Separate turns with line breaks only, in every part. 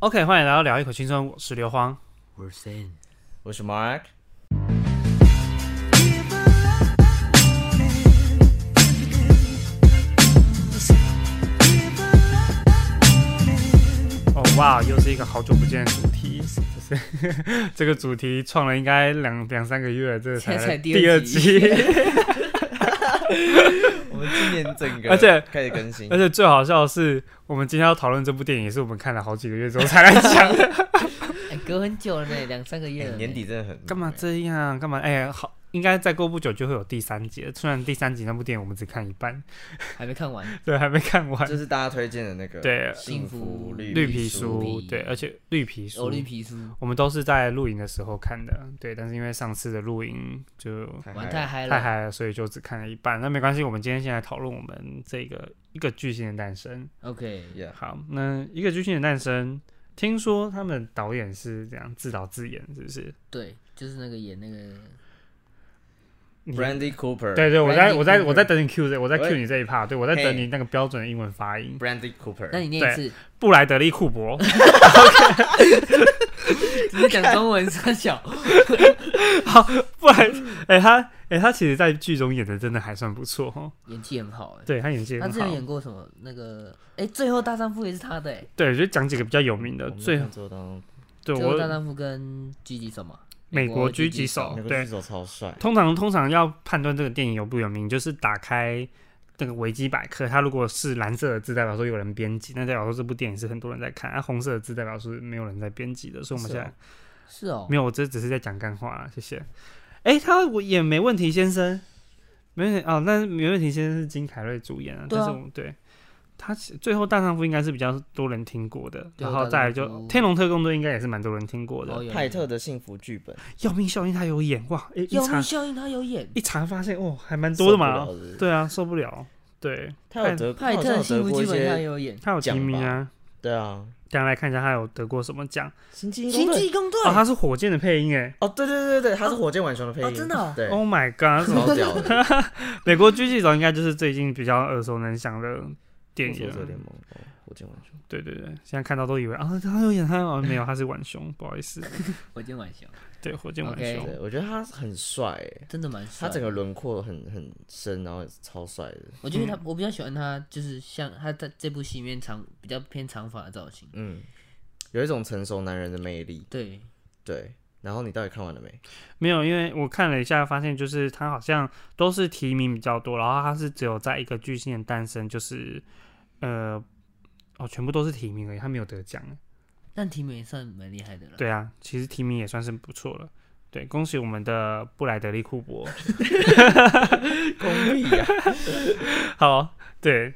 OK，欢迎来到聊一口青春，我是刘荒。
我是 Sam，
我是 Mark，
哦哇，又是一个好久不见的主题，就是 这个主题创了应该两两三个月，这个
现在
才
才第
第
二
二
集
集。
我们今年整个
而且
开始更新
而，且最好笑的是，我们今天要讨论这部电影，也是我们看了好几个月之后才来讲的。
哎，隔很久了呢，两三个月
哎
了呢。
年底真的很
干嘛这样？干嘛？哎、好，应该再过不久就会有第三集了。虽然第三集那部电影我们只看一半，
还没看完，
对，还没看完。
哎就是大家推荐的那个
对
幸福绿
绿
皮
皮
书
书，对，而且绿皮书，
哦，绿皮书
我们都是在露营的时候看的，对。但是因为上次的露营就
玩太
太
嗨了，
嗨了，所以就只看了一半。那没关系，我们今天先来讨论我们这个一个巨星的诞生。
OK，
Yeah
好，那一个巨星的诞生，听说他们导演是这样自导自演，是不是？
对，就是那个演那个，
你
Brandy Cooper，
对对，我在
Bradley
我在
Cooper
我在等你 Q 这，我在 Q
喂
你这一趴，对我在等
嘿
你那个标准的英文发音。
，Brandy
那
Cooper，
你念一次，
布莱德利库珀，
只是讲中文三小，
布莱，哎、他哎、他其实在剧中演的真的还算不错哦，
演技很好哎。
对他演技
他
很
之前
好。
演过什么？那个，哎，最后大丈夫也是他的哎，
对，就讲几个比较有名的，
我们
最哦
工作当
对
最后大
我
丈夫跟狙击手嘛，
美国狙击
击
手
中，美国
对
狙击手超帅，
通常通常要判断这个电影有不有名，就是打开那个维基百科，它如果是蓝色的字，代表说有人编辑，那代表说这部电影是很多人在看；，啊，红色的字代表是没有人在编辑的。所以我们
是
现
哦
在、
是哦
没，有，我这只是在讲干话啊，谢谢。哎、他我也没问题，先生，没问题哦。那没问题，先生是金凯瑞主演啊，
对
但
啊
是我对。他其最后大丈夫应该是比较多人听过的，
对
然后再来就
大丈夫
天龙特工队应该也是蛮多人听过的。
哦有
派特的幸福剧本，
要命效应他有演哇，一一
有
查
命效应他有演，
一查发现哦，还蛮多的嘛
受不。了是不是
对啊，受不了。对，
他有得他
派
好像
特
有
幸
得
福
过
剧
一
本他
些，
有演，
他有提名啊。
对啊，
等一下来看一下他有得过什么奖
星际
星
工队
际工队
哦，他是火箭的配音哎。
哦，对对对对，他是火箭浣熊的配
哦
音，
真的哦
对，
Oh my god！什么
超屌的，
美国狙击手应该就是最近比较耳熟能详的 电
复
影啊
仇者
了。
联盟，哦火箭浣熊，
对对对，现在看到都以为啊，他有演他哦，没有，他是浣熊，不好意思。
我今天晚上
对，火箭浣
OK
熊。
对，我觉得他很帅欸，
真的蛮帅
他
的，
整个轮廓很很深，然后超帅的，
我觉得他，我比较喜欢他，就是像他在这部戏里面长比较偏长发的造型。
嗯，有一种成熟男人的魅力。
对，
对，然后你到底看完了没？
没有，因为我看了一下，发现就是他好像都是提名比较多，然后他是只有在一个巨星的诞生，就是呃，哦，全部都是提名而已，他没有得奖。
但提名也算蛮厉害的了。
对啊，其实提名也算是不错了。对，恭喜我们的布莱德利库珀。
公益呀、
好，对，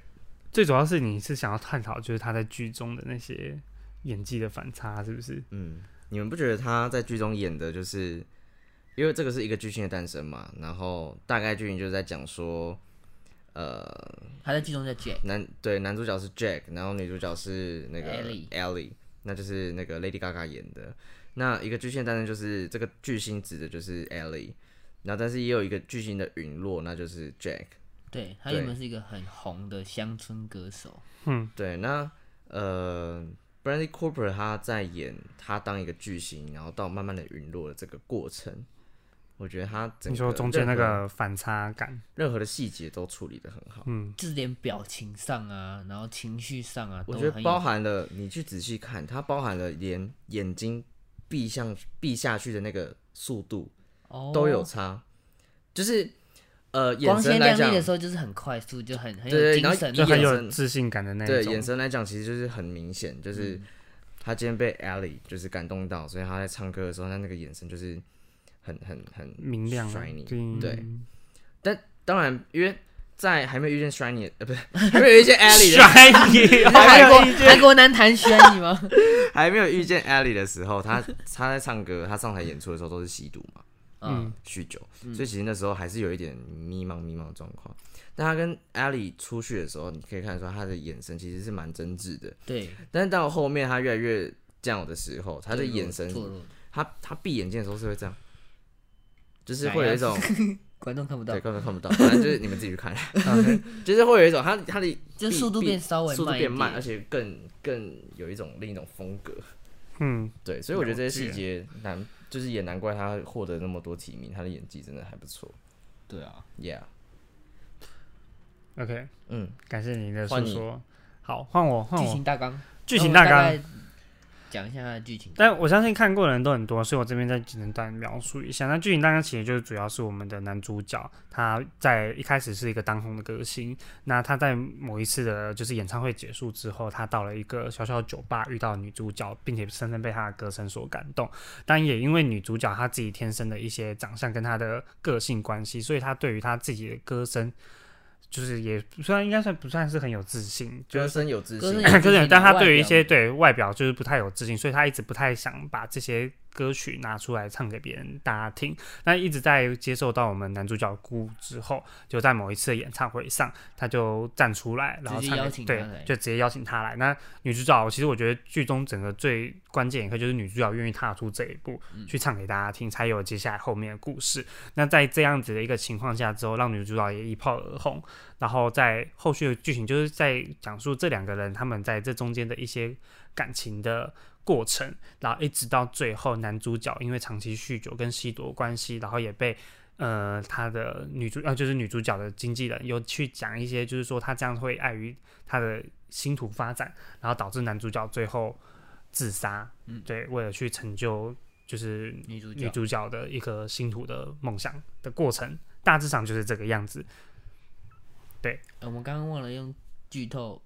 最主要是你是想要探讨就是他在剧中的那些演技的反差，是不是？
嗯，你们不觉得他在剧中演的就是，因为这个是一个剧情的诞生嘛，然后大概剧情就是在讲说，呃，
他在剧中叫 Jack，
男对男主角是 Jack，然后女主角是那个
Ellie
Ellie，那就是那个 Lady Gaga 演的。那一个巨星诞生就是这个巨星指的就是 Ellie，然后但是也有一个巨星的陨落，那就是 Jack。
对他
对
原本是一个很红的乡村歌手，
对，那呃，Brandy Cooper 他在演他当一个巨星，然后到慢慢的陨落的这个过程，我觉得他整
你
个
说中间那
任何
个反差感，
任何的细节都处理的很好，
嗯，
就是连表情上啊，然后情绪上啊，都
我觉得
很
包
有。
含了你去仔细看，它包含了连眼睛闭上闭下去的那个速度
哦
都有差，就是呃，眼
光
神
鲜
来
亮
讲
丽的，时候就是很快速，就很很有
对
精
然后
神
就
力。
很
眼
有
神
自信感的那
对
一种嗯
眼。神来讲，其实就是很明显，就是。他今天被 Ellie 就是感动到，所以他在唱歌的时候，他那个眼神就是很很很
明亮啊
shiny。
嗯
对当然，因为在还没有遇见 shiny 呃，不是还没有遇见 Ellie 的，
，shiny，
还
韩
没
国
有
韩国男团选你吗？
还没有遇见 Ellie 的时候，他他在唱歌，他上台演出的时候都是吸毒嘛，
嗯，
酗酒，所以其实那时候还是有一点迷茫迷茫的状况。但他跟 Ellie 出去的时候，你可以看得出来他的眼神其实是蛮真挚的，
对，
但是到后面他越来越降的时候，他的眼神
堕落啊
他他闭眼睛的时候是会这样，就是会有一种
观众看不到
对，，根本看不到，反正就是你们自己去 看，
OK，
就是会有一种它它的
就
避
速度
避
变稍微
速度
慢一
变慢，
点
而且更更有一种另一种风格。
嗯，
对，所以我觉得这些
了
细
解
节难，就是也难怪他获得那么多提名，他的演技真的还不错。
对啊，
Yeah，
OK，
嗯，
感谢你的
换
诉
你
说。好，换我，换
哦
剧
我
情。大纲，
剧情大
那我
纲，
概讲一下它的剧情。
但我相信看过的人都很多，所以我这边再简单描述一下。那剧情大纲其实就是主要是我们的男主角，他在一开始是一个当红的歌星，那他在某一次的就是演唱会结束之后，他到了一个小小的酒吧遇到女主角，并且深深被她的歌声所感动。但也因为女主角她自己天生的一些长相跟她的个性关系，所以她对于她自己的歌声。就是也虽然应该算不算是很有自信，就是
歌声有自
歌
信
声，有
可
自
是，
信
但
啊
他 对于一些
外表
对外表就是不太有自信，所以他一直不太想把这些歌曲拿出来唱给别人大家听。那一直在接受到我们男主角鼓舞之后，就在某一次的演唱会上，他就站出来，然后
直接
唱给
邀请他
对
来，
就直接邀请他来。那女主角，其实我觉得剧中整个最关键一刻就是女主角愿意踏出这一步，
嗯
去唱给大家听，才有接下来后面的故事。那在这样子的一个情况下之后，让女主角也一炮而红，然后在后续的剧情就是在讲述这两个人他们在这中间的一些感情的过程，然后一直到最后，男主角因为长期酗酒跟吸毒的关系，然后也被。呃，他的女主呃，就是女主角的经纪人有去讲一些，就是说他这样会碍于他的星途发展，然后导致男主角最后自杀。嗯，对，为了去成就就是
女主
女
角
主角的一个星途的梦想的过程，大致上就是这个样子。
呃我们刚刚忘了用剧透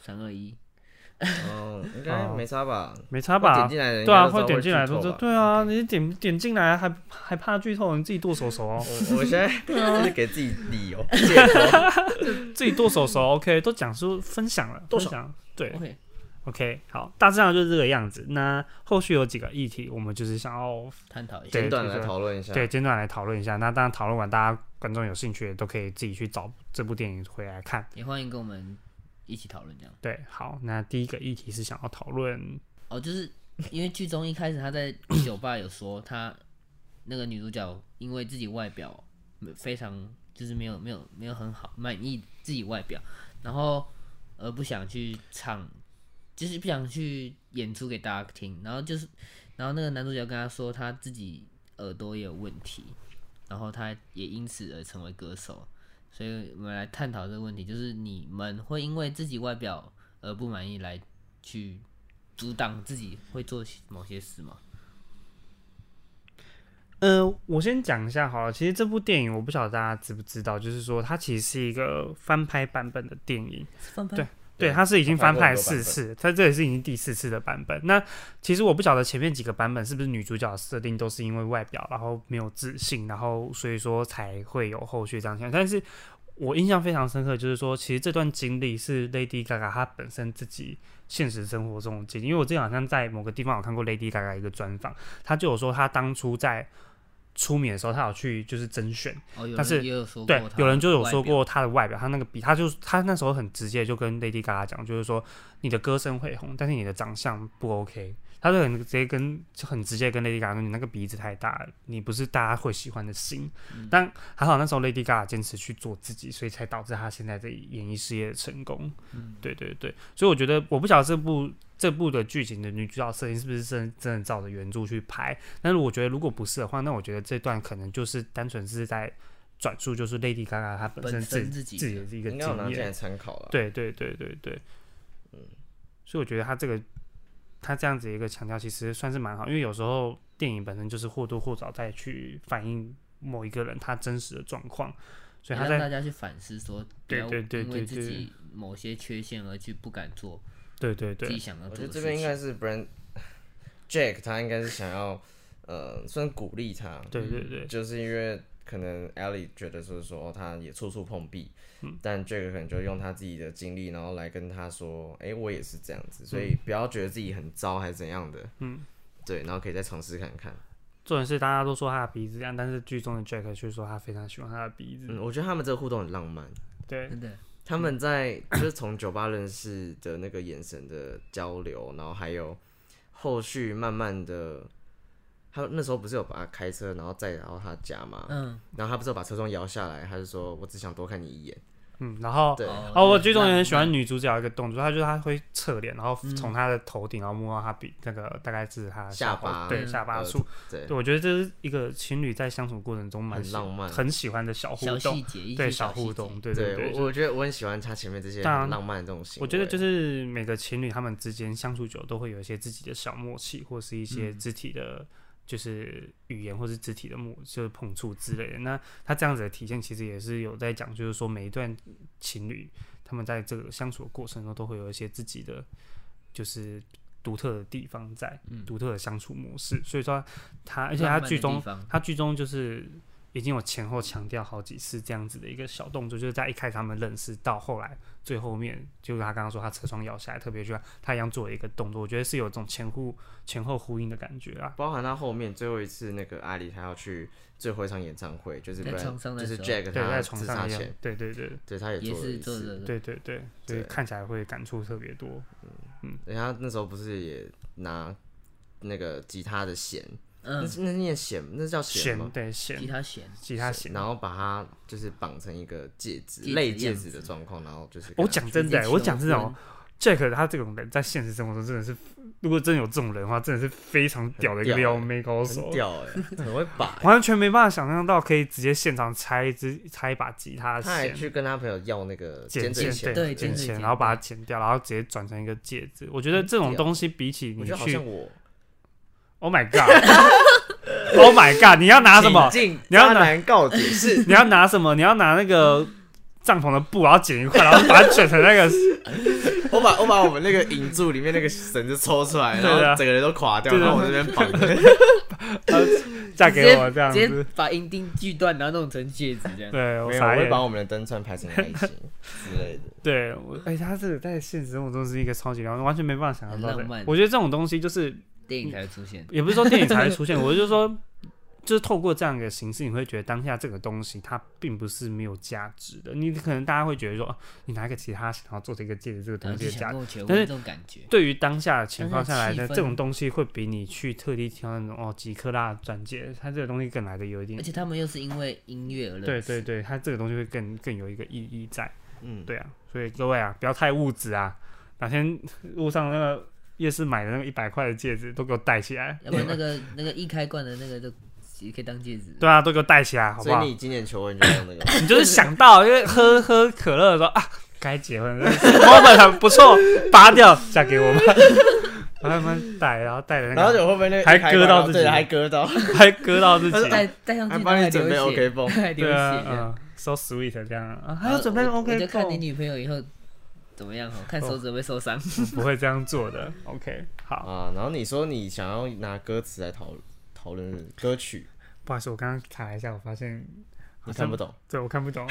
三二一，
嗯，应该没差吧？
没差
嗯会点
吧？
进来的人
哦对啊，
应该
会
都知道
点进来
剧透
都是
吧
对啊，你点点进来还还怕剧透，你自己剁手手 哦，
我我现在
啊
就是给自己 理由借口，
自己剁手 手。OK，都讲述分享了，
剁
分
手
享对
OK，
，OK，好，大致上就是这个样子。那后续有几个议题，我们就是想要
探讨一下
对
简短来
这个
讨论一下。
对简短来讨论一下。那当然讨论完，大家观众有兴趣的都可以自己去找这部电影回来看。
也欢迎跟我们一起讨论这样。
对，好，那第一个议题是想要讨论
哦，就是因为剧中一开始他在酒吧有说，他那个女主角因为自己外表没非常就是没有没有没有很好满意自己外表，然后而不想去唱，就是不想去演出给大家听，然后就是然后那个男主角跟他说他自己耳朵也有问题，然后他也因此而成为歌手。所以我们来探讨这个问题，就是你们会因为自己外表而不满意来去阻挡自己会做某些事吗？
呃，我先讲一下好了。其实这部电影我不晓得大家知不知道，就是说它其实是一个翻拍版本的电影，
翻拍
对对，它是已经
翻
翻
拍
拍
过很多
四次，它这也是已经第四次的版本。那其实我不晓得前面几个版本是不是女主角的设定都是因为外表，然后没有自信，然后所以说才会有后续这样想。但是我印象非常深刻，就是说其实这段经历是 Lady Gaga 她本身自己现实生活中的经历，因为我之前好像在某个地方有看过 Lady Gaga 一个专访，她就有说她当初在。出名的时候，她有去就是甄选，
哦，有
但是
人也有说过
对
他的，
有人就有
外
说
表，
过他的外表，他那个比，他就是他那时候很直接就跟 Lady Gaga 讲，就是说你的歌声会红，但是你的长相不 OK。他就很直接跟就很直接跟 Lady Gaga 说，你那个鼻子太大了，你不是大家会喜欢的型。
嗯
但还好那时候 Lady Gaga 坚持去做自己，所以才导致她现在这演艺事业的成功。对对对，所以我觉得我不晓得这部这部的剧情的女主角设定是不是真真的照着原著去拍，但是我觉得如果不是的话，那我觉得这段可能就是单纯是在转述就是 Lady Gaga 她本身
本身
自
自己
自己
的
的一个
应该有拿
经
进来
验。
参考了。
对对对对对，
嗯
所以我觉得他这个他这样子一个强调，其实算是蛮好，因为有时候电影本身就是或多或少在去反映某一个人他真实的状况，所以
也
他
让
在
大家去反思说，不
对
要
对对
因
对
为自
对
己某些缺陷而去不敢做
对对
自己
对
想要做
我觉得
的
这
事
边应
情。
该是 Brand Jack，他应该是想要呃，算鼓励他，
对对
嗯
对，
就是因为可能 Ellie 觉得就是说，哦，他也处处碰壁，
嗯
但这个可能就用他自己的经历，然后来跟他说，哎、我也是这样
嗯
子，所以不要觉得自己很糟还是怎样的，嗯，对，然后可以再尝试看看。
重点是大家都说他的鼻子这样，但是剧中的 Jack 却说他非常喜欢他的鼻子，
嗯，我觉得他们这个互动很浪漫，
对
真的，
他们在就是从酒吧认识的那个眼神的交流，然后还有后续慢慢的他那时候不是有把他开车，然后载到他家吗？
嗯，
然后他不是有把车窗摇下来，他就说：“我只想多看你一眼。
嗯，然后”
对，
哦
哦，我
那
剧中也很
那
喜欢女主角一个动作，她就是她会侧脸，然后从她的头顶，然后摸到她鼻那个大概是她的
嗯下
后
巴
对
嗯
下巴
呃
处。
对
对，我觉得这是一个情侣在相处过程中蛮
很
喜
浪漫
很喜欢的小互
小细
动，
节，一
对
些
小
小
互
细节
动，，对对对。
我我觉得我很喜欢他前面这些
当然
很浪漫的这种行为。
我觉得就是每个情侣他们之间相处久，都会有一些自己的小默契，或是一些
嗯
肢体的，就是语言或是肢体的默，就是碰触之类的。那他这样子的体现，其实也是有在讲，就是说每一段情侣他们在这个相处的过程中，都会有一些自己的，就是独特的地方在，独、特的相处模式。所以说他，而且他
嗯浪漫的
剧
地
中
方
他剧中就是已经有前后强调好几次这样子的一个小动作，就是在一开始他们认识到后来最后面，就是他刚刚说他车窗摇下来，特别去看他一样做了一个动作，我觉得是有一种前呼前后呼应的感觉啊。
包含他后面最后一次那个阿里他要去最后一场演唱会，就是
在
不然
床上的
就是
时
Jack
对，在
他
床
自
上
杀
一样
前，，
对对对
对他也
也
做了
是
一
做
次。
的，
对对对，所以
对
看起来会感触特别多。
人家那时候不是也拿那个吉他的弦，那
嗯，
是那念弦，那叫弦
弦
吗？
对
吉
弦，
他弦，
吉他弦。
然后把它就是绑成一个戒指，
戒指
类
的
戒
样
指
子
的状况，然后就是
我
跟他
讲真的、欸
直接
我讲
求
这种
婚
Jack 他这种人，在现实生活中真的是，如果真有这种人的话，真的是非常屌的一个
屌
撩
欸
妹高手
很。屌哎、很会把 欸、
完全没办法想象到可以直接现场拆一支拆一把吉他的
他还
弦，
去跟他朋友要那个
剪
尖
剪
嘴钳，
对
剪
尖嘴
钳，
钳
然后把它剪掉，然后直接转成一个戒指。我觉得这种东西比起
嗯啊我
你
觉得好
去
像我
，Oh my God，Oh my God，你要 拿什么？
进
你要
渣
拿
男告解是
你要拿什么？你要拿那个帐篷的布，然后剪一块，然后把它卷成那个
我把我把我们那个银柱里面那个绳子抽出 来，
对啊
然后整个人都垮掉，
对啊
然后我这边 绑着，
嫁
直
给
接
我这样
直
子
接。把银钉锯断，然后弄成戒指这样。
对，我
没有，
傻
我
眼
会。把我们的灯串排成爱 心之类的。
对，我哎、他这个在现实生活中是一个超级浪漫，完全没办法想象到
很
的
浪。漫
我觉得这种东西就是
电影才会出现，
也不是说电影才会出现， 我就说，就是透过这样一个形式，你会觉得当下这个东西它并不是没有价值的。你可能大家会觉得说，啊你拿一个吉他然后做成一个戒指，这个东
然后
西
就
的
想
价值。
跟我求婚
但是
这种感觉，
对于当下的情况下来
当下
呢，
的气氛
这种东西会比你去特地挑那种哦几克拉的钻戒，它这个东西更来的有一点
而，且他们又是因为音乐而认识。
对对对，它这个东西会更更有一个意义在。
嗯，
对啊，所以各位啊，不要太物质啊，哪天路上那个夜市买的那个一百块的戒指都给我戴起来，
要不然那个那个易开罐的那个就也可以当戒指。
对啊，都给我戴起来，好不
所
好
以？你今年求婚就用那个
你就是想到，因为喝喝可乐的时候啊，该结婚了 ，moment 很不错，拔掉嫁给我吧。然后慢慢戴，然后戴的
然
那
后
个
就会不会那个
还
一开
割
关
到
然后
自
对
己
还 割到，
还割到 自己，
戴戴上去，
还
然后
帮你
还
准备
流
OK
血，
绷
还流
对
血
啊，
这样。
嗯，so sweet 这样啊，还
然
要
后
准备
我我
OK
就看你
够，
女朋友以后怎么样哦，看手指会不会受伤。
不会这样做的，OK，好。
啊。然后你说你想要拿歌词来讨讨论歌曲，
不好意思，我刚刚查了一下，我发现
你看不懂，
对我看不懂。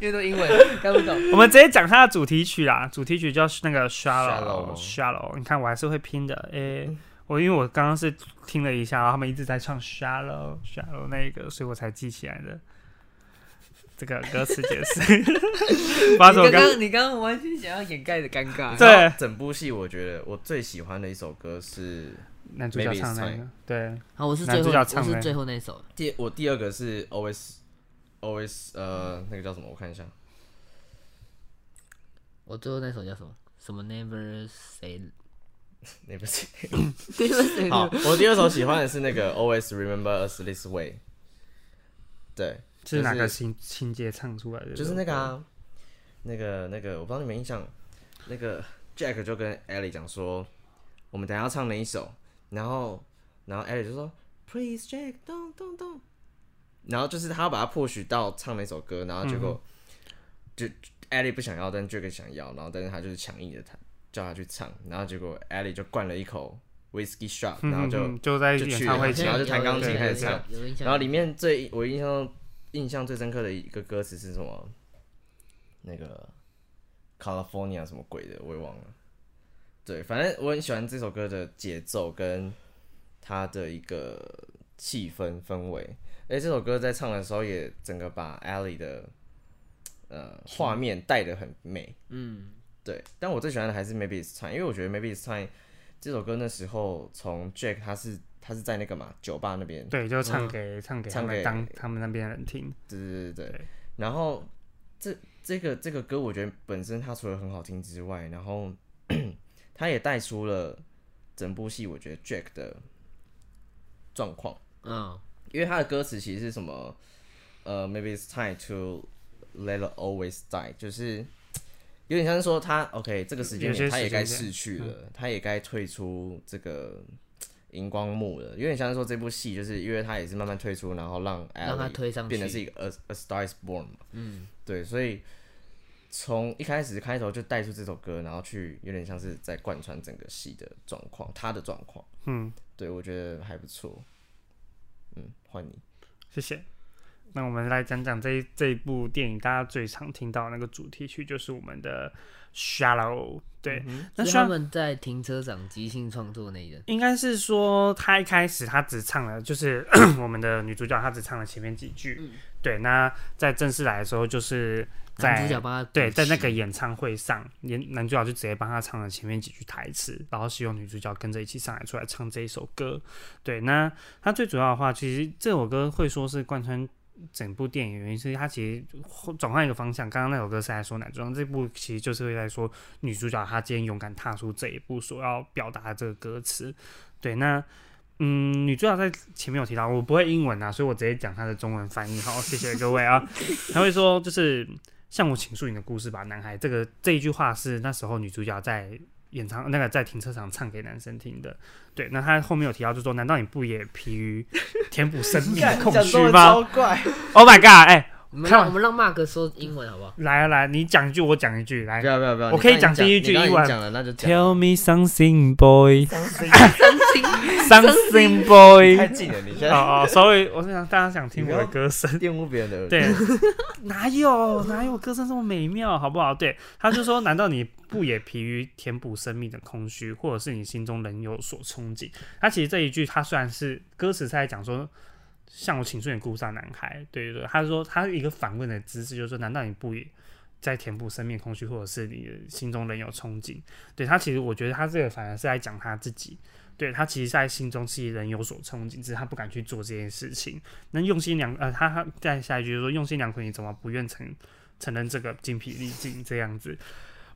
因为都英文看不 懂。
我们直接讲它的主题曲啦，主题曲叫那个
Shallow 嗯吗
Shallow Shallow。你看我还是会拼的，诶、我因为我刚刚是听了一下，然后他们一直在唱 Shallow Shallow 那个，所以我才记起来的。这个歌词解释， 不好意思，我
你刚
刚
刚你刚刚完全想要掩盖的尴尬。
对
然后整部戏我觉得我最喜欢的一首歌是
男主角
Maybe it's
唱那个
time，
对，
好，我是
男
最
主
后
角
我
唱的
是最后那首，
第我第二个是 always always 呃那个叫什么？我看一下，
我最后那首叫什么？什么 Never Say
那不是
Never Say
好，我第二首喜欢的是那个 always remember us this way，对，
这是哪个
就是
情情节唱出来的？
就是那个啊，那个那个，我不知道你们印象，那个 Jack 就跟 Ellie 讲说，我们等一下要唱哪一首，然后然后 Ellie 就说 Please Jack don't don't don't，然后就是他要把他迫许到唱哪首歌，然后结果、就 Ellie 不想要，但 Jack 想要，然后但是他就是强硬的他叫他去唱，然后结果 Ellie 就灌了一口 whiskey shot，
嗯，
然后就、
嗯嗯就在
就去
演唱会
了
前
然后就弹钢琴开始唱，
有有印象。
然后里面最我印象中印象最深刻的一个歌词是什么？那个 California 什么鬼的，我也忘了。对，反正我很喜欢这首歌的节奏跟它的一个气氛氛围。而且这首歌在唱的时候，也整个把 Ally 的呃画面带的很美。
嗯，
对，但我最喜欢的还是 Maybe It's Time，因为我觉得 Maybe It's Time 这首歌那时候从 Jack 他是他是在那个嘛酒吧那边，
对，就唱给、唱给他
嗯唱给
们当他们那边的人听。
对对对对
对。
然后这这个这个歌，我觉得本身它除了很好听之外，然后 它也带出了整部戏我觉得 Jack 的状况，
嗯
因为他的歌词其实是什么呃，maybe it's time to let it always die，就是。有点像是说他 OK，这个时间
有些
点
时
他也该
间点嗯
逝去了，他也该退出这个荧光幕了。有点像是说这部戏，就是因为他也是慢慢退出，然后让 a
让
l
他
i
推上去，
变得是一个 a a star is born 嘛，嗯，对，所以从一开始开头就带出这首歌，然后去有点像是在贯穿整个戏的状况，他的状况，
嗯，
对我觉得还不错，嗯，换你，
谢谢。那我们来讲讲这一这一部电影，大家最常听到的那个主题曲就是我们的《Shallow》。对，那
是
Shallow
他们在停车场即兴创作那一个，
应该是说，他一开始他只唱了，就是 我们的女主角，她只唱了前面几句。
嗯
对，那在正式来的时候，就是
男主
在
角帮他
对
补
在那
习
个演唱会上，演男主角就直接帮他唱了前面几句台词，然后希望女主角跟着一起上来出来唱这一首歌。对，那他最主要的话，其实这首歌会说是贯穿。整部电影的原因是它其实转换一个方向，刚刚那首歌是在说男主角，这部其实就是会在说女主角她今天勇敢踏出这一步所要表达的这个歌词。对，那嗯，女主角在前面有提到，我不会英文啊，所以我直接讲她的中文翻译。好，谢谢各位啊。她会说，就是向我倾诉你的故事吧，男孩。这个这一句话是那时候女主角在演唱那个在停车场唱给男生听的。对，那她后面有提到，就说难道你不也疲于填补生命的空 虚吗
怪，
？Oh my god！哎、
我们
看
让我们让 Mark 说英文好 不好？
来啊来，你讲一句，我讲一句，来
哎不。要不要不要，
我可以
你刚刚
讲第一句
你刚刚
英文
已经讲了，那就讲
Tell me something, boy. Something,
太
boy.
近了，你现在
哦哦，sorry，我是想大家想听我的歌声。
玷污别人的耳朵，
对， 哪有哪有歌声这么美妙，好不好？对，他就说，难道你不也疲于填补生命的空虚，或者是你心中仍有所憧憬？他其实这一句，他虽然是歌词是在讲说。向我倾诉你故事的男孩，对对对，他说他一个反问的姿势，就是说，难道你不也在填补生命空虚，或者是你的心中仍有憧憬？对他，其实我觉得他这个反而是在讲他自己，对他其实，在心中其实仍有所憧憬，只是他不敢去做这件事情。那用心良呃，他他再下一句就说用心良苦，你怎么不愿承承认这个精疲力尽这样子？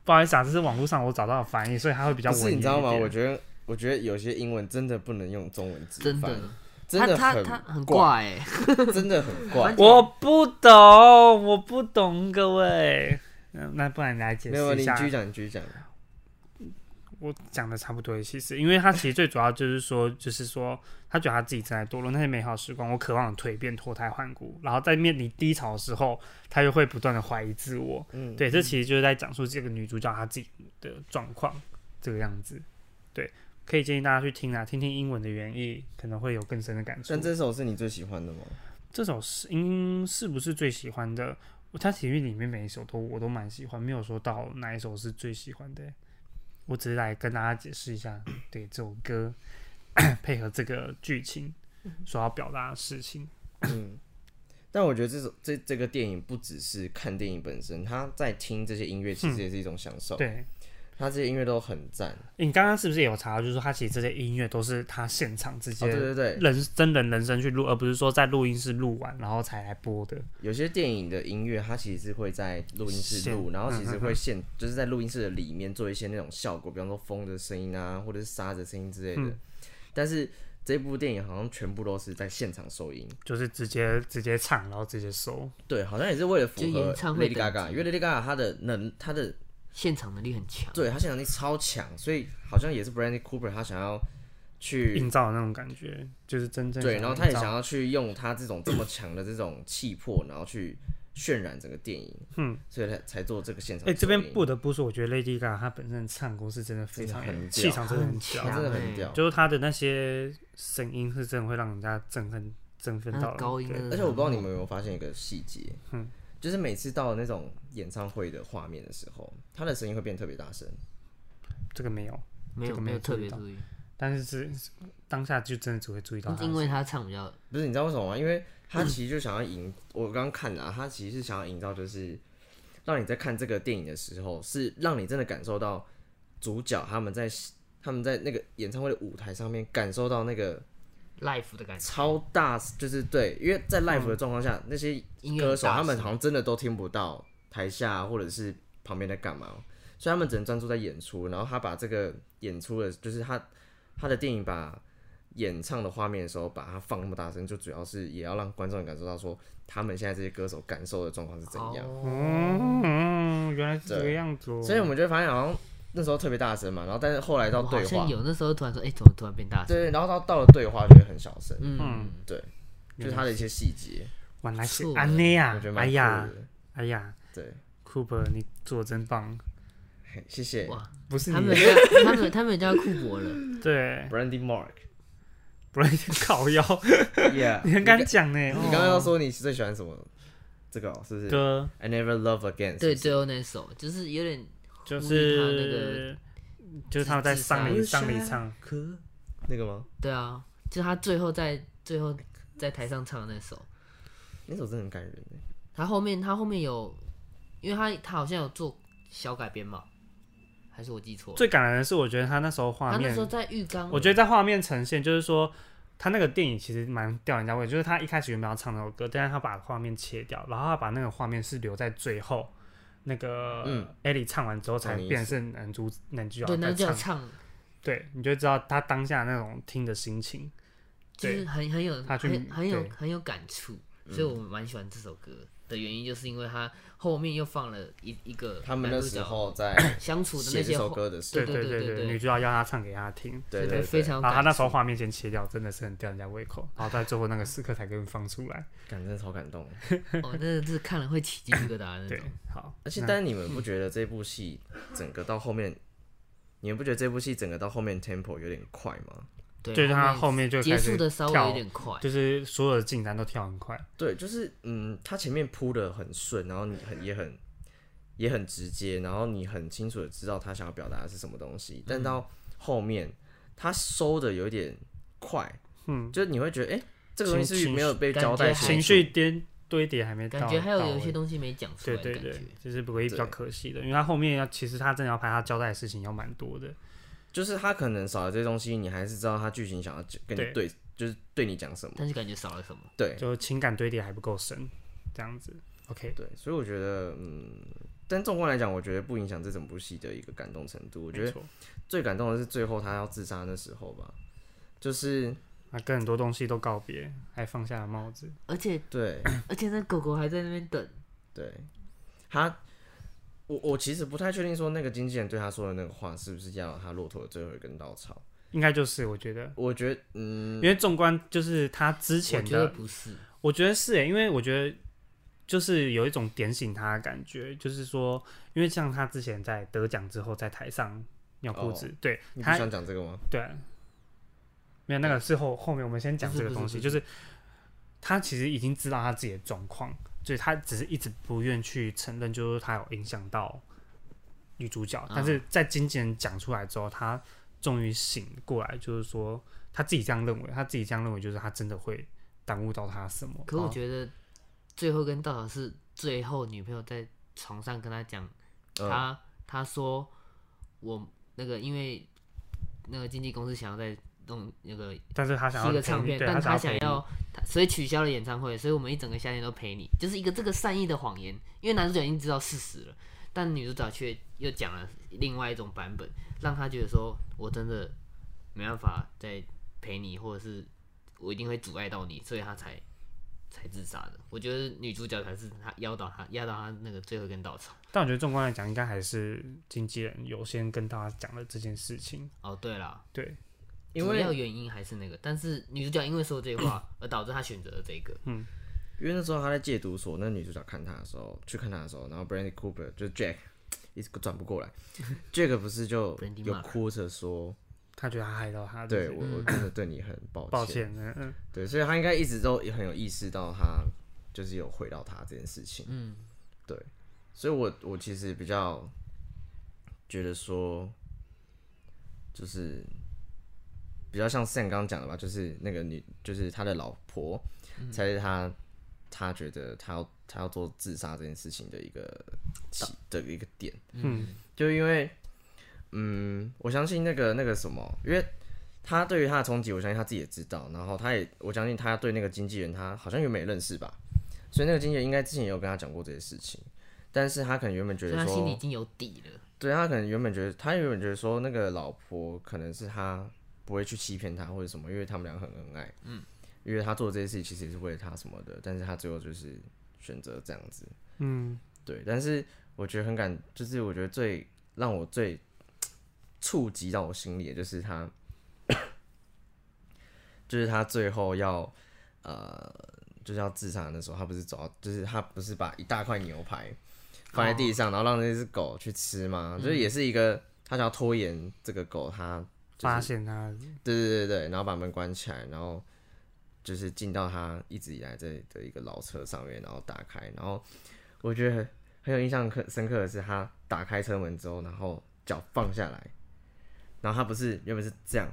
不好意思啊，这是网络上我找到的翻译，所以他会比较
不
文
是
言
你知道吗？
一点
我觉得我觉得有些英文真的不能用中文直
真
翻
的，，
真的
他他
很
他很
怪，欸
怪哎，
真的很 怪，
我不懂，我不懂，各位。那嗯那不然你来解
没有，
释
你
一下
继，续讲，你继续讲，
我讲的差不多。其实，因为他其实最主要就是说， 就是说，他觉得他自己正在堕落那些美好时光，我渴望蜕变、脱胎换骨。然后在面临低潮的时候，他又会不断的怀疑自我。
嗯，
对，这其实就是在讲述这个女主角她自己的状况，这个样子。对，可以建议大家去听啊，听听英文的原意，可能会有更深的感触
但。这首是你最喜欢的吗？
这首是应是不是最喜欢的？它体育里面每一首都我都蛮喜欢，没有说到哪一首是最喜欢的欸。我只是来跟大家解释一 下，对这首歌 配合这个剧情
嗯
所要表达的事情。
但我觉得这首这这个电影不只是看电影本身，他在听这些音乐其实也是一种享
嗯
受。
对，
他这些音乐都很赞。
欸你刚刚是不是也有查到，就是说他其实这些音乐都是他现场直
哦，
接
对对对，
人真人人声去录，而不是说在录音室录完然后才来播的。
有些电影的音乐它其实是会在录音室
现
录，然后其实
嗯嗯
会现、就是在录音室的里面做一些那种效果，比方说风的声音啊，或者是沙的声音之类的。
嗯
但是这部电影好像全部都是在现场收音，
就是直接直接唱，然后直接收。
对，好像也是为了符
就
合
演唱会
Lady
等
Gaga，
级
因为 Lady Gaga 她的能她的
现场能力很强，
对她现场力超强，所以好像也是 Brandy Cooper 她想要去
营造的那种感觉，就是真正
嗯对，
想
然后
营
他也
造
想要去用他这种这么强的这种气魄，然后去渲染整个电影，嗯，所以他才做这个现场
哎、
收音。
这边不得不说，我觉得 Lady Gaga 她本身唱功是真的非常
真的很屌
气场，真的很
他真
强，
的
欸
很屌，
就是她的那些声音是真的会让人家振奋振奋
那
到
高音
对
真的
而且我不知
嗯
道你们有没有发现一个细节，嗯，就是每次到那种演唱会的画面的时候，他的声音会变特别大声，
这个没有，
没
这
有
个
没
没
有
有
特别
注
注意，
但是是当下就真的只会注意到她的
因为他唱比较
不是你知道为什么吗？因为他其实就想要营，我刚刚看了、啊，他其实是想要营造就是让你在看这个电影的时候，是让你真的感受到主角他们在他们在那个演唱会的舞台上面感受到那个
life 的感觉，
超大，就是对，因为在 live 的状况下，那些
嗯音乐
歌手
大
他们
师
好像真的都听不到台下或者是旁边在干嘛，所以他们只能专注在演出。然后他把这个演出的，就是他他的电影把演唱的画面的时候，把它放那么大声，就主要是也要让观众感受到说他们现在这些歌手感受的状况是怎样。
哦
嗯，原来是这个
对
样子哦。
所以我们就会发现好像那时候特别大声嘛，然后但是后来到
我好
对话
像，有那时候突然说，哎、怎么突然变大声？
对，然后到到了对话就会很小声，
嗯，
对，就是他的一些细节，
原来是
不错
安内
我
呀
觉得，蛮
哎
酷
呀
的，。
哎呀
对，
，Cooper，你做得真棒，
嘿谢谢
哇，
不是
他
你
们有叫他们他们有叫库珀 了，
对，
Brandy Mark。
不然烤 腰，
Yeah，
你很敢讲呢。
你刚刚
哦
要说你最喜欢什么？这个哦是不是
歌
？I never love again
对，
是不是。
最后那首就是有点
就
呼应他那个
是就是他们在
自自
丧礼
杀
丧礼唱，
可那个吗？
对啊，就他最后在最后在台上唱的那首，
那首真的很感人欸耶
他后面他后面有，因为他他好像有做小改编嘛，还是我记错了？
最感人的是我觉得他那时候
他
画
啊那
面
时候，在浴
嗯
缸，
我觉得在画面呈现就是说。他那个电影其实蛮吊人家胃，就是他一开始原本要唱那首歌，但是他把画面切掉，然后他把那个画面是留在最后，那个
嗯
艾莉唱完之后才
懂你意
变
思
成男主男主角
对，那
在
就要
唱，
唱，
对，你就知道他当下那种听的心情。
就
对
是很很有
他去
很很有
对嗯
很有感触，所以我蛮喜欢这首歌的原因，就是因为他后面又放了一一个
他们那
男主角
时候在
相 处的那
写这
些
首
后
歌的时
对
候，
对
对对
对，
对
女主角要他唱给他听，
对
对
对，
非常有
然啊后他
感
那时候
触
画面先切掉，真的是很吊人家胃口，然后在最后那个时刻才给你放出来。
感真的超感动。欸
哦，真的是看了会起鸡皮疙瘩的那
对
种。，
好，
而且，
那
但你们不觉得这部戏整个到后面，你们不觉得这部戏整个到后面 tempo 有点快吗？
对，
就是他后
面
面就
结
开
束
始
的稍微
跳
有点快，
就是所有的进展都跳很快，
对，就是嗯，他前面铺的很顺，然后你很也很也很直接，然后你很清楚的知道他想要表达的是什么东西，
嗯
但到后面他收的有一点快，嗯，就是你会觉得哎、诶这个东西是不是
情
没有被
感
交代
觉还
清
情
楚
绪堆堆叠还没到，
感觉还有
到
有一些
位
东西没讲出来
对
的感
对
觉。
对，就是不过也比较可惜的，因为他后面要其实他真的要拍他交代的事情要蛮多的，
就是他可能少了这些东西，你还是知道他剧情想要跟你
对
对，就是对你讲什么，
但是感觉少了什么。
对
就情感堆叠还不够深，这样子。OK，
对，所以我觉得嗯。但纵观来讲，我觉得不影响这整部戏的一个感动程度。我觉
没
得
错，
最感动的是最后他要自杀那时候吧，就是
那跟很多东西都告别，还放下了帽子。
而且
对
而且那狗狗还在那边等，
对，他，我我其实不太确定说那个经纪人对他说的那个话是不是压倒他骆驼的最后一根稻草。
应该就是我觉得，
我觉得，嗯，
因为纵观就是他之前
我觉
的哦
得不是，
我觉得是欸诶，因为我觉得就是有一种点醒他的感觉，就是说，因为像他之前在得奖之后在台上尿裤
哦
子，对
你不
他
想讲这个吗？
对，没有那个是后后面我们先讲
不
这
是
个
不是
东
不
西，
是
就是他其实已经知道他自己的状况，所以他只是一直不愿去承认，就是他有影响到女主角，但
啊
是在经纪人讲出来之后，他终于醒过来，就是说他自己这样认为，他自己这样认为就是他真的会。耽误到他什么？哦
可我
然后
觉得最后跟稻草是最后女朋友在床上跟他讲，
嗯，
他他说我那个因为那个经纪公司想要在弄那个
但是他想
是
要
一个
陪
唱
你
片，
对
但
他
想
陪你
要，他所以取消了演唱会，所以我们一整个夏天都陪你，就是一个这个善意的谎言。因为男主角已经知道事实了，但女主角却又讲了另外一种版本，让他觉得说我真的没办法再陪你，或者是我一定会阻碍到你，所以他才才自杀的。我觉得女主角才是他压倒他压倒他那个最后一根稻草。
但我觉得纵观来讲，应该还是经纪人有先跟大家讲了这件事情。
哦，对了，
对，
因
主
为
要原因还是那个，但是女主角因为说这话而导致她选择了这个。
嗯因为那时候他在戒毒所，那女主角看他的时候，去看他的时候，然后 Brandy Cooper 就是 Jack 一直转不过 来，Jack 不是就
Brandy
有
Mark
哭着说，
他觉得他害到他，
对
对不嗯
我
嗯
我真的对你很抱
对，抱歉，嗯嗯，
对，所以他应该一直都也很有意识到他就是有回到他这件事情。
嗯，
对，所以我我其实比较觉得说，就是比较像 Sam 刚刚讲的吧，就是那个女，就是他的老婆，才是他他觉得他要他要做
嗯
自杀这件事情的一个起的一个点。嗯，就因为嗯，我相信那个那个什么，因为他对于他的冲击，我相信他自己也知道。然后他也，我相信他对那个经纪人，他好像原本也认识吧，所以那个经纪人应该之前也有跟他讲过这些事情。但是他可能原本觉
所以他
得说，
心里已经有底了。
对他可能原本觉得，他原本觉得说那个老婆可能是他不会去欺骗他或者什么，因为他们两个很恩爱。嗯，因为他做这些事情其实也是为了他什么的，但是他最后就是选择这样子。
嗯，
对，但是我觉得很感，就是我觉得最让我最触及到我心里的就是他，就是他最后要呃，就是要自杀的那时候，他不是走到，就是他不是把一大块牛排放在地上，然后让那只狗去吃吗？就是也是一个他想要拖延这个狗，他
发现他
对对对对，然后把门关起来，然后就是进到他一直以来在的一个老车上面，然后打开，然后我觉得很很有印象刻深刻的是，他打开车门之后，然后脚放下来，然后他不是原本是这样，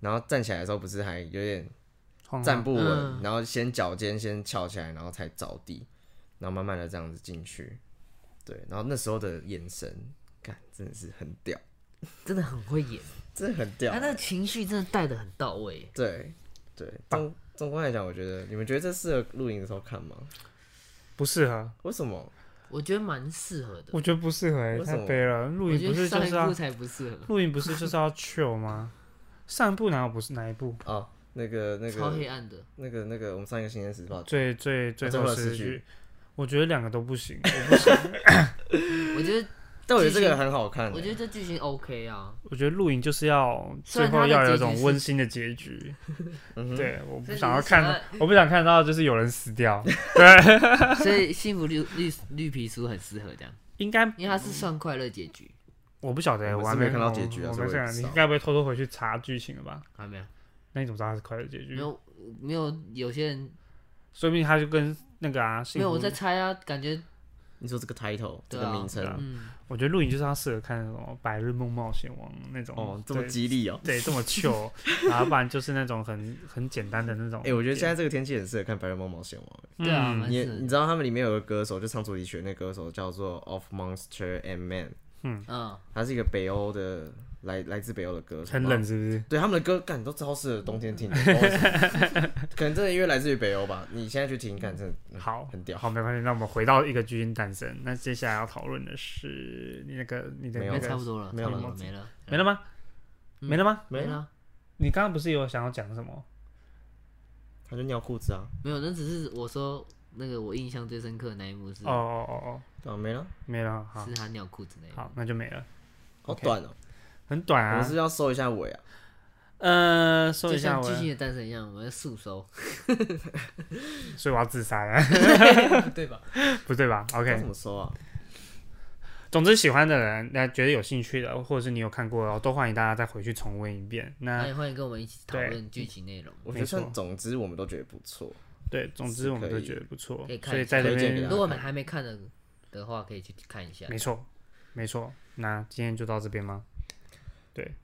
然后站起来的时候不是还有点
晃
站不稳，
嗯
然后先脚尖先翘起来，然后才着地，然后慢慢的这样子进去，对，然后那时候的眼神，看真的是很屌，
真的很会演，啊
真的很屌
他，那个情绪真的带的很到位。
对对，总总观来讲，我觉得你们觉得这适合露营的时候看吗？
不适合，
为什么？
我觉得蛮适合的。
我觉得不适合、欸，
为什
太
么
悲了。露
我
营
觉
不
得
是就
上一
是啊要
部才不适 合，
露营不是就是要 chill 吗？上一部哪有不是哪一部？
哦，那个那
超黑
个
暗的。
那个那个，我们上一个《新鲜时报》
最最最
哦啊最
后
后
十
十句
句，我觉得两个都不行。
我觉得，
但我觉得这个很好看欸。
我觉得这剧情 OK 啊。
我觉得露营就是要 最
虽然
后
它的
要有
结
一种
局是
温馨的结局。
嗯哼，
对，我
所
不
以
想
你
要
是
看
想
到， 我不想看到就是有人死掉，
所以幸福绿绿绿皮书很适合这样，
应该
因为它是算快乐结局，
我不晓得欸，
我
还
是
没
没看到结局啊
我
所以
没
我也
看
不，知
你
道
该不会偷偷回去查剧情了吧？
看到
啊
没有？
那你怎么知道它是快乐结局
没？有没有，有些人
说不定他就跟那个啊，
没
幸
有
福
我在猜啊，感觉
你说这个 title 这
对
个
啊
名称，
嗯，
我觉得露营就是要适合看那种《白日梦冒险王》那种
哦，这么
对
激励哦。
对，这么 chill，然后不然就是那种很很简单的那种。
哎，我觉得现在这个天气很适合看《白日梦冒险王》欸。
对啊，
嗯
蛮
你
适合
你
的。
知道他们里面有个歌手，就唱主题曲的那个歌手叫做 Of Monster and Man，
嗯，
他是一个北欧的，来来自北欧的歌手，
很冷是不是？
对他们的歌，感都超适合冬天 听的，不知道为什么可能真的因为来自于北欧吧。你现在去听，感真的嗯
好，
很屌。
好，没关系。那我们回到一个巨星诞生，那接下来要讨论的是你那个你的
没有
那
那
个
差不多了，
没有
差不
了
多没了，
没了吗？
嗯
没了吗？
没
没了，
了，
你刚刚不是有想要讲什么？
他就尿裤子啊，
没有，那只是我说那个我印象最深刻的那一幕是
哦哦哦哦，
对啊，没了，
没了。好
嗯是，他尿裤子那一幕。
好，那就没了，
好
OK
短哦。
很短
我们
啊
是。要收一下尾啊，
呃，说
就
一下
像
我
巨
的，
星的诞生一样，我们要速收，
所以我要自杀了，
对吧？
不对吧
要
？OK，
怎么收啊？
总之喜欢的人，那觉得有兴趣的，或者是你有看过的，都欢迎大家再回去重温一遍。那
那也欢迎跟我们一起讨
啊对
论剧情内容。
我觉
没
得
错
算，总之我们都觉得不错。
对，总之
是
我们
可
都
以
觉得不错
可以，看
所以
一下
在这
推荐给
边
大家
如果我们还没看的的话，可以去看一下。
没错，没错。那今天就到这边吗？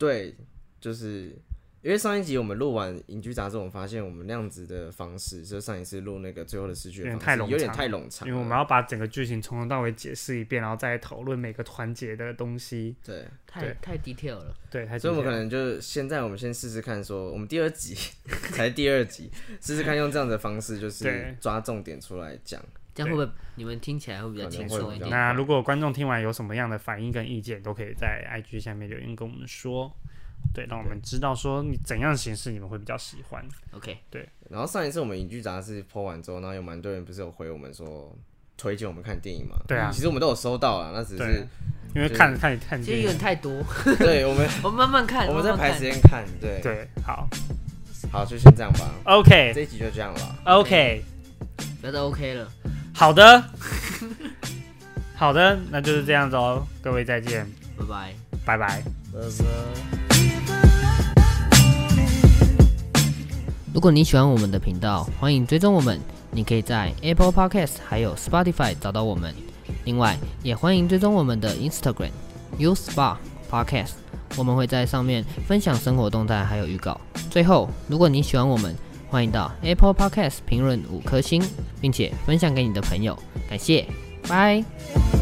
对，就是因为上一集我们录完《隐居杂志》，我们发现我们那样子的方式，就是上一次录那个最后的失去的
有点
方式
太冗长
有点太冗长了，
因为我们要把整个剧情从头到尾解释一遍，然后再讨论每个环节的东西。
对，
太太 detail 了，
对，还
所以我们
这
可
样
能就是现在我们先试试看，说我们第二集 才第二集，试试看用这样的方式，就是
对
抓重点出来讲。
这样会不会你们听起来会比较
可能
轻
会
松
比
一
较
点？
啊那如果观众听完有什么样的反应跟意见，都可以在 IG 下面留言跟我们说。对，让我们知道说你怎样形式你们会比较喜欢。
OK，
然后上一次我们影剧杂志播完之后，然后有蛮多人不是有回我们说推荐我们看电影嘛？嗯
对啊
其实我们都有收到啦，那只
对啊
是，
因为
就是
看看看
其实
电
有
影
点。太多，
对我们
我们慢慢看，
我们在
慢慢
排
看
时间看，对，
对，好
好，就先这样吧，这
，OK，OK，、
一集就这样了。
不要再 OK 了，
好的， 好的，那就是这样子哦，各位再见，
拜拜。
拜拜。
拜拜。
如果你喜欢我们的频道，欢迎追踪我们。你可以在 Apple Podcast 还有 Spotify 找到我们。另外，也欢迎追踪我们的 Instagram U Spa Podcast，我们会在上面分享生活动态还有预告。最后，如果你喜欢我们，欢迎到 Apple Podcast 评论五颗星，并且分享给你的朋友。感谢，
「
拜。
君の声が聞こえる」